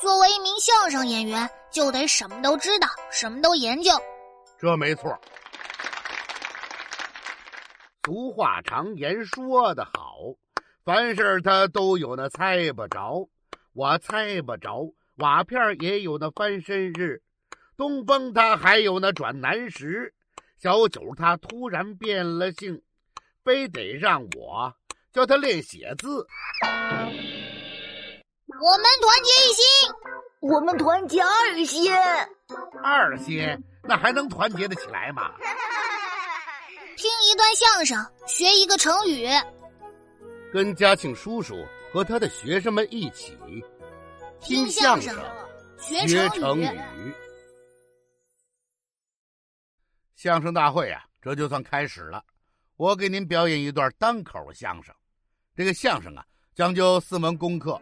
作为一名相声演员，就得什么都知道，什么都研究。这没错。俗话常言说得好，凡事他都有那猜不着。我猜不着，瓦片儿也有那翻身日，东风它还有那转南时。小九他突然变了性，非得让我教他练写字。我们团结一心，我们团结二心。二些那还能团结得起来吗？听一段相声，学一个成语。跟嘉庆叔叔和他的学生们一起听相声、学学成成语。语。相声大会啊，这就算开始了。我给您表演一段单口相声。这个相声啊，讲究四门功课。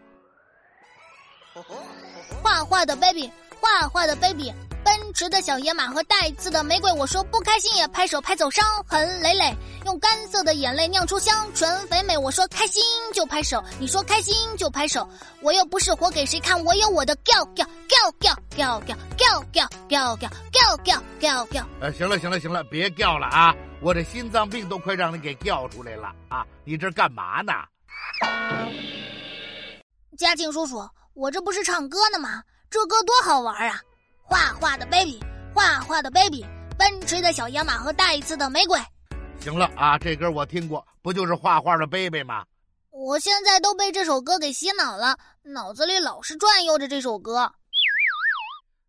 画画的 baby，画画的 baby，奔驰的小野马和带刺的玫瑰，我说不开心也拍手拍走伤痕累累，用干涩的眼泪酿出香醇肥美。我说开心就拍手，你说开心就拍手，我又不是活给谁看，我有我的 go go go go go go go go go go go go go。呃，行了，行了，行了，别叫了啊！我这心脏病都快让你给叫出来了啊！你这干嘛呢？嘉庆叔叔，我这不是唱歌呢吗？这歌多好玩啊！画画的 baby，画画的 baby，奔驰的小野马和带刺的玫瑰。行了啊，这歌我听过，不就是画画的贝贝吗？我现在都被这首歌给洗脑了，脑子里老是转悠着这首歌。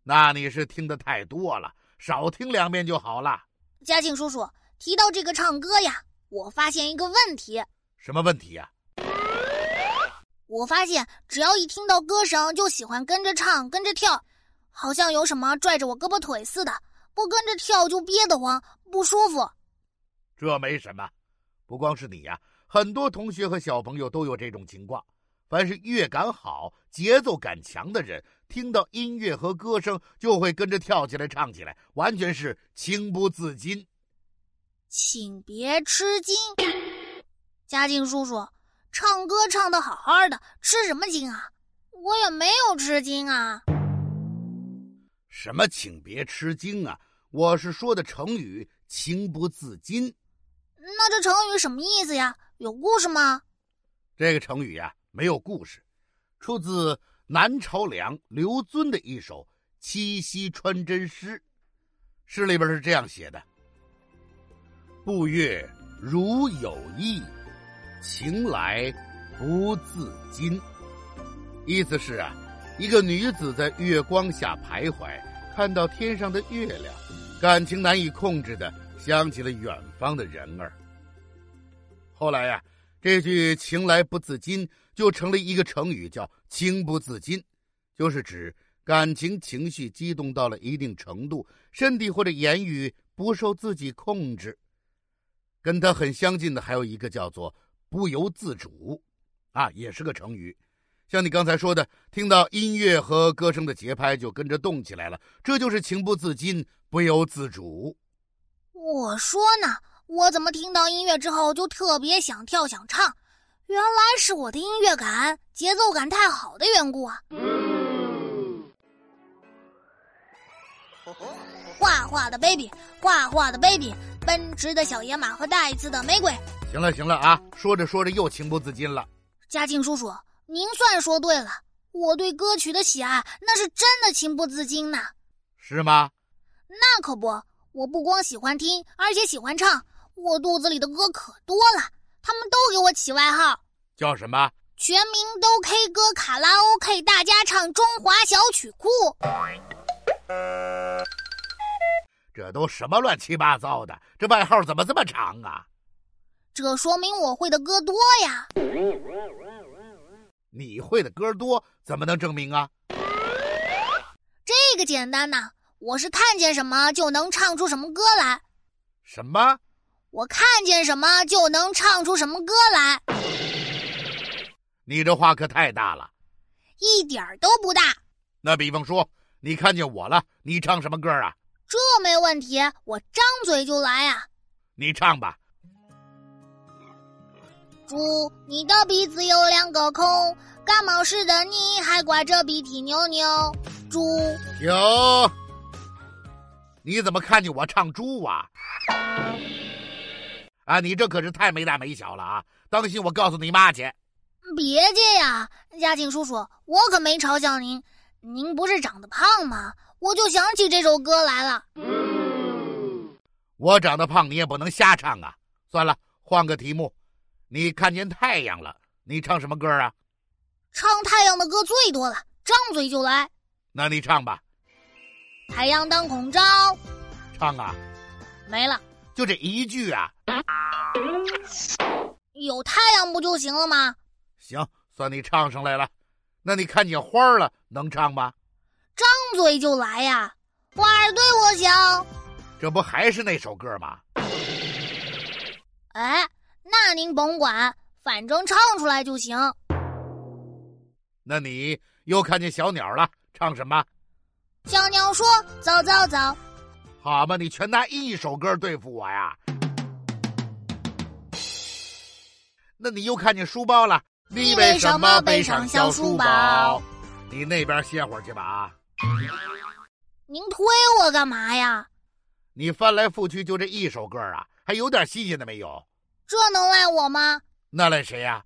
那你是听的太多了，少听两遍就好了。嘉庆叔叔提到这个唱歌呀，我发现一个问题，什么问题啊呀、我发现只要一听到歌声就喜欢跟着唱、跟着跳，好像有什么拽着我胳膊腿似的，不跟着跳就憋得慌，不舒服。这没什么，不光是你呀、很多同学和小朋友都有这种情况。凡是乐感好、节奏感强的人，听到音乐和歌声就会跟着跳起来、唱起来，完全是情不自禁。请别吃惊， 嘉庆叔叔，唱歌唱得好好的，吃什么惊啊？我也没有吃惊啊。什么？请别吃惊啊！我是说的成语“情不自禁”。那这成语什么意思呀？有故事吗？这个成语呀、没有故事，出自南朝梁刘遵的一首《七夕穿针诗》，诗里边是这样写的：“步月如有意，情来不自禁。”意思是啊，一个女子在月光下徘徊，看到天上的月亮，感情难以控制的想起了远方的人儿。后来呀、这句“情来不自禁”就成了一个成语，叫“情不自禁”，就是指感情情绪激动到了一定程度，身体或者言语不受自己控制。跟它很相近的还有一个叫做“不由自主”，啊，也是个成语。像你刚才说的，听到音乐和歌声的节拍就跟着动起来了，这就是情不自禁、不由自主。我说呢，我怎么听到音乐之后就特别想跳想唱？原来是我的音乐感、节奏感太好的缘故啊！画画的 baby，画画的 baby，奔驰的小野马和带刺的玫瑰。行了行了啊，说着说着又情不自禁了。嘉靖叔叔，您算说对了，我对歌曲的喜爱那是真的情不自禁呢。是吗？那可不，我不光喜欢听，而且喜欢唱。我肚子里的歌可多了，他们都给我起外号，叫什么？全民都 K 歌卡拉 OK，大家唱《中华小曲库》。这都什么乱七八糟的？这外号怎么这么长啊？这说明我会的歌多呀。你会的歌多，怎么能证明啊？这个简单呐、我是看见什么就能唱出什么歌来，什么？我看见什么就能唱出什么歌来，你这话可太大了。一点儿都不大。那比方说，你看见我了，你唱什么歌啊？这没问题，我张嘴就来呀、你唱吧。猪，你的鼻子有两个孔，感冒时的你还挂着鼻涕扭扭。猪，嗯停！你怎么看见我唱猪啊？啊，你这可是太没大没小了啊！当心我告诉你妈去。别介呀，嘉庆叔叔，我可没嘲笑您。您不是长得胖吗？我就想起这首歌来了。我长得胖，你也不能瞎唱啊！算了，换个题目。你看见太阳了，你唱什么歌啊？唱太阳的歌最多了，张嘴就来。那你唱吧，太阳当空照，唱啊，没了。就这一句啊。有太阳不就行了吗？行，算你唱上来了。那你看见花儿了，能唱吗？张嘴就来呀！花儿对我笑。这不还是那首歌吗？哎，那您甭管，反正唱出来就行。那你又看见小鸟了，唱什么？小鸟说：“走走走。”好嘛，你全拿一首歌对付我呀？那你又看见书包了？你为什么背上小书包？你那边歇会儿去吧啊！您推我干嘛呀？你翻来覆去就这一首歌啊，还有点新鲜的没有？这能赖我吗？那赖谁呀、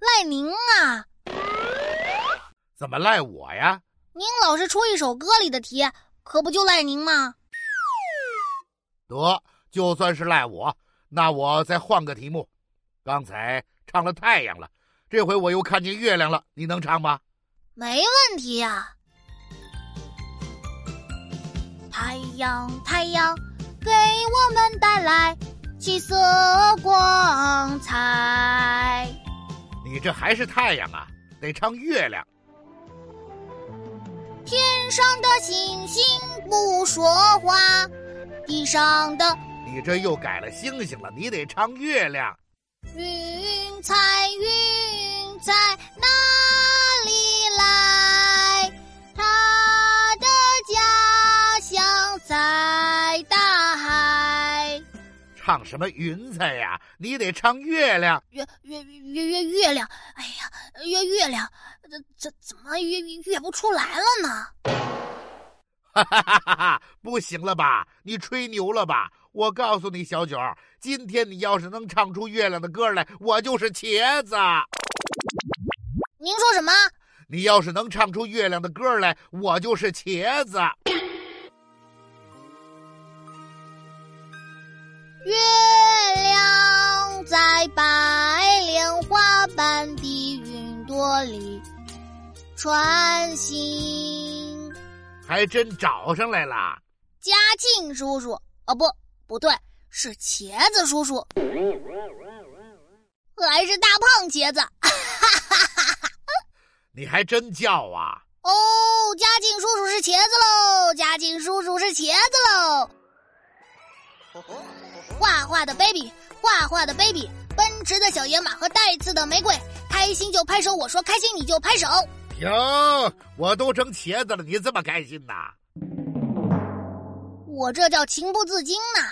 赖您啊！怎么赖我呀？您老是出一首歌里的题，可不就赖您吗？得，就算是赖我，那我再换个题目。刚才唱了太阳了，这回我又看见月亮了，你能唱吗？没问题呀、太阳，太阳，给我们带来七色光彩。你这还是太阳啊，得唱月亮。天上的星星不说话，地上的你这又改了星星了，你得唱月亮。云彩，云彩哪里来？它的家乡在大海。唱什么云彩呀、你得唱月亮。 月月月月月亮，哎呀，月月亮，这这怎么月月不出来了呢？哈哈哈哈哈！不行了吧？你吹牛了吧？我告诉你，小九儿，今天你要是能唱出月亮的歌来，我就是茄子；您说什么？你要是能唱出月亮的歌来，我就是茄子。月亮在白莲花般的云朵里穿行。还真找上来了。嘉庆叔叔，哦不，不对，是茄子叔叔，还是大胖茄子？你还真叫啊？哦，嘉庆叔叔是茄子喽！嘉庆叔叔是茄子喽！画画的 baby，画画的 baby，奔驰的小野马和带刺的玫瑰，开心就拍手，我说开心你就拍手。停！我都成茄子了，你这么开心呐？我这叫情不自禁呐、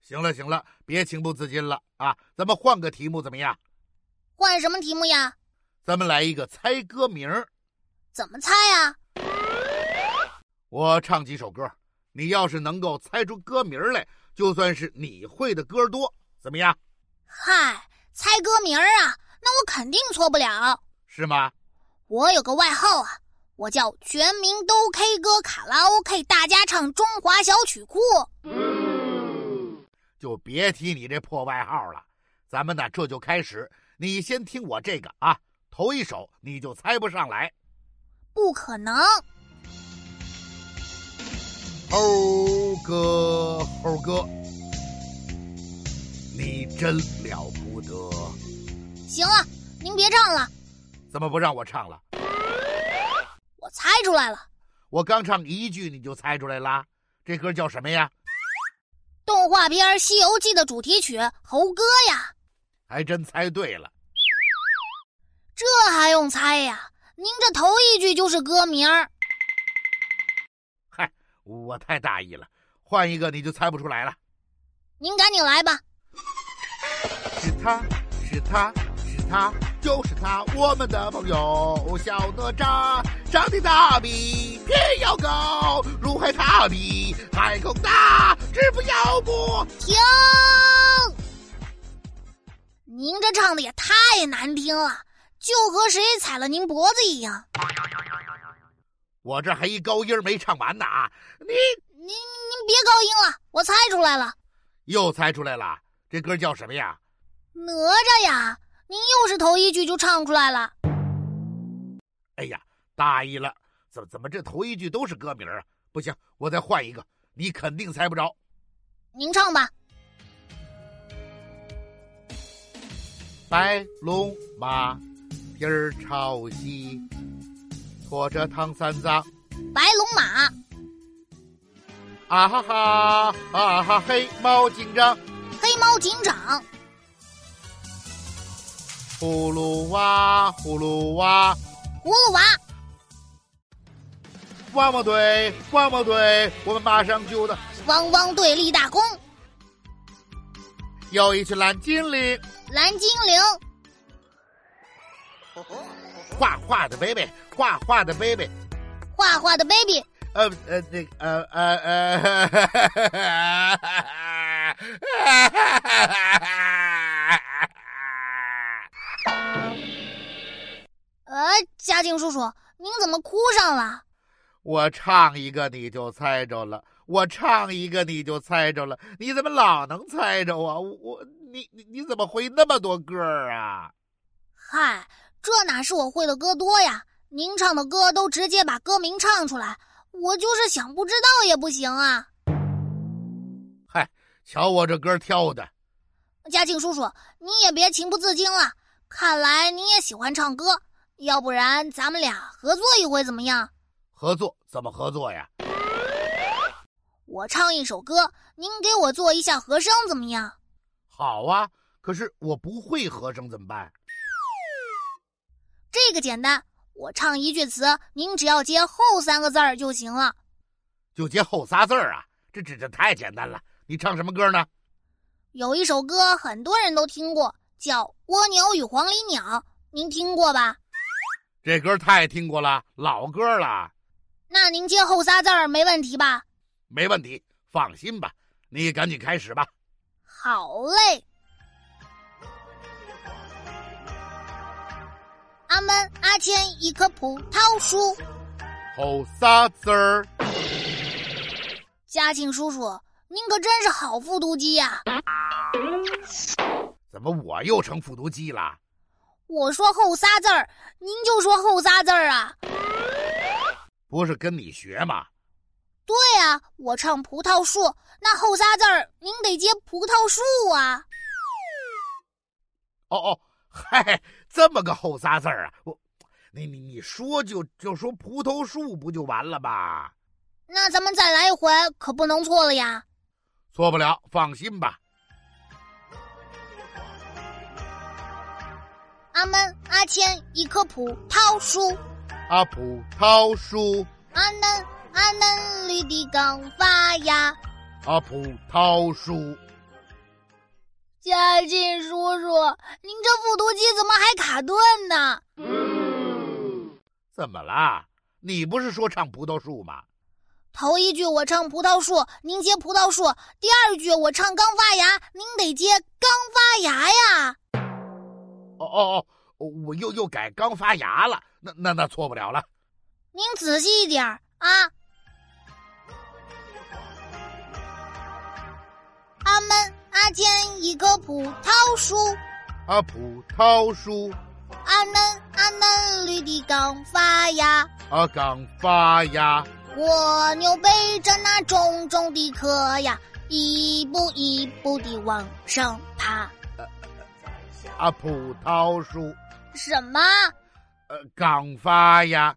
行了行了，别情不自禁了啊！咱们换个题目怎么样？换什么题目呀？咱们来一个猜歌名儿。怎么猜呀？我唱几首歌，你要是能够猜出歌名儿来，就算是你会的歌多，怎么样？嗨，猜歌名儿啊，那我肯定错不了。是吗？我有个外号啊，我叫全民都 K 歌卡拉 OK 大家唱中华小曲库。就别提你这破外号了。咱们呢，这就开始。你先听我这个啊，头一首你就猜不上来。不可能，猴哥，猴哥，你真了不得！行了，您别唱了，怎么不让我唱了？我猜出来了，我刚唱一句你就猜出来啦？这歌叫什么呀？动画片《西游记》的主题曲《猴哥》呀，还真猜对了。这还用猜呀？您这头一句就是歌名儿，我太大意了，换一个你就猜不出来了。您赶紧来吧。是他，是他，是他，就是他，我们的朋友小哪吒，长得大比天要高，如海他比海更大，知不要不。停！您这唱的也太难听了，就和谁踩了您脖子一样。我这还一高音儿没唱完呢啊！你您您别高音了，我猜出来了，又猜出来了，这歌叫什么呀？哪吒呀！您又是头一句就唱出来了。哎呀，大意了，怎么怎么这头一句都是歌名儿啊？不行，我再换一个，你肯定猜不着。您唱吧，白龙马，蹄儿朝西，驮着唐三藏，白龙马，啊哈哈，啊哈黑猫警长，黑猫警长，葫芦娃，葫芦娃，葫芦娃，汪汪队，汪汪队，我们马上就到。汪汪队立大功，有一群蓝精灵，蓝精灵，画画的 baby，画画的 baby，画画的 baby，呃呃那个呃呃呃， 哈哈哈哈哈哈哈哈！呃，嘉靖叔叔，您怎么哭上了？我唱一个你就猜着了，我唱一个你就猜着了，你怎么老能猜着啊？我我你你你怎么会那么多歌儿啊？嗨，这哪是我会的歌多呀？您唱的歌都直接把歌名唱出来，我就是想不知道也不行啊。嗨，瞧我这歌儿挑的，嘉靖叔叔，你也别情不自禁了，看来你也喜欢唱歌，要不然咱们俩合作一回怎么样？合作怎么合作呀？我唱一首歌，您给我做一下和声怎么样？好啊，可是我不会和声怎么办？这个简单，我唱一句词，您只要接后三个字儿就行了。就接后仨字儿啊？这这这太简单了。你唱什么歌呢？有一首歌很多人都听过，叫《蜗牛与黄鹂鸟》，您听过吧？这歌太听过了，老歌了，那您接后仨字儿没问题吧？没问题，放心吧。你赶紧开始吧。好嘞。阿门阿谦一棵葡萄树，后仨字儿，嘉庆叔叔，您可真是好复读机呀、怎么我又成复读机了？我说后仨字儿，您就说后仨字儿啊？不是跟你学吗？对呀、我唱葡萄树，那后仨字儿您得接葡萄树啊。哦哦，嗨，这么个后仨字儿啊！我，你你你说就就说葡萄树不就完了吧？那咱们再来一回，可不能错了呀。错不了，放心吧。阿门阿谦一棵葡萄树。啊，葡萄树，阿嫩阿嫩，绿地刚发芽。啊，葡萄树，嘉靖叔叔，您这复读机怎么还卡顿呢？怎么啦？你不是说唱葡萄树吗？头一句我唱葡萄树，您接葡萄树；第二句我唱刚发芽，您得接刚发芽呀。哦哦哦，我又又改刚发芽了，那那那错不了了。您仔细一点儿啊。阿门阿坚一棵葡萄树，啊，葡萄树，阿嫩阿嫩，绿地刚发芽。啊，刚发芽，蜗牛背着那重重的壳呀，一步一步地往上爬。啊，葡萄树，什么？呃，刚发芽，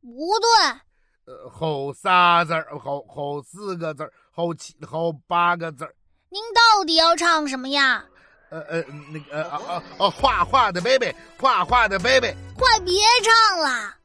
不对，呃，后仨字儿，后后四个字儿，后七后八个字儿，您到底要唱什么呀？呃呃，那个呃啊啊啊，画画的 baby，画画的 baby，快别唱了！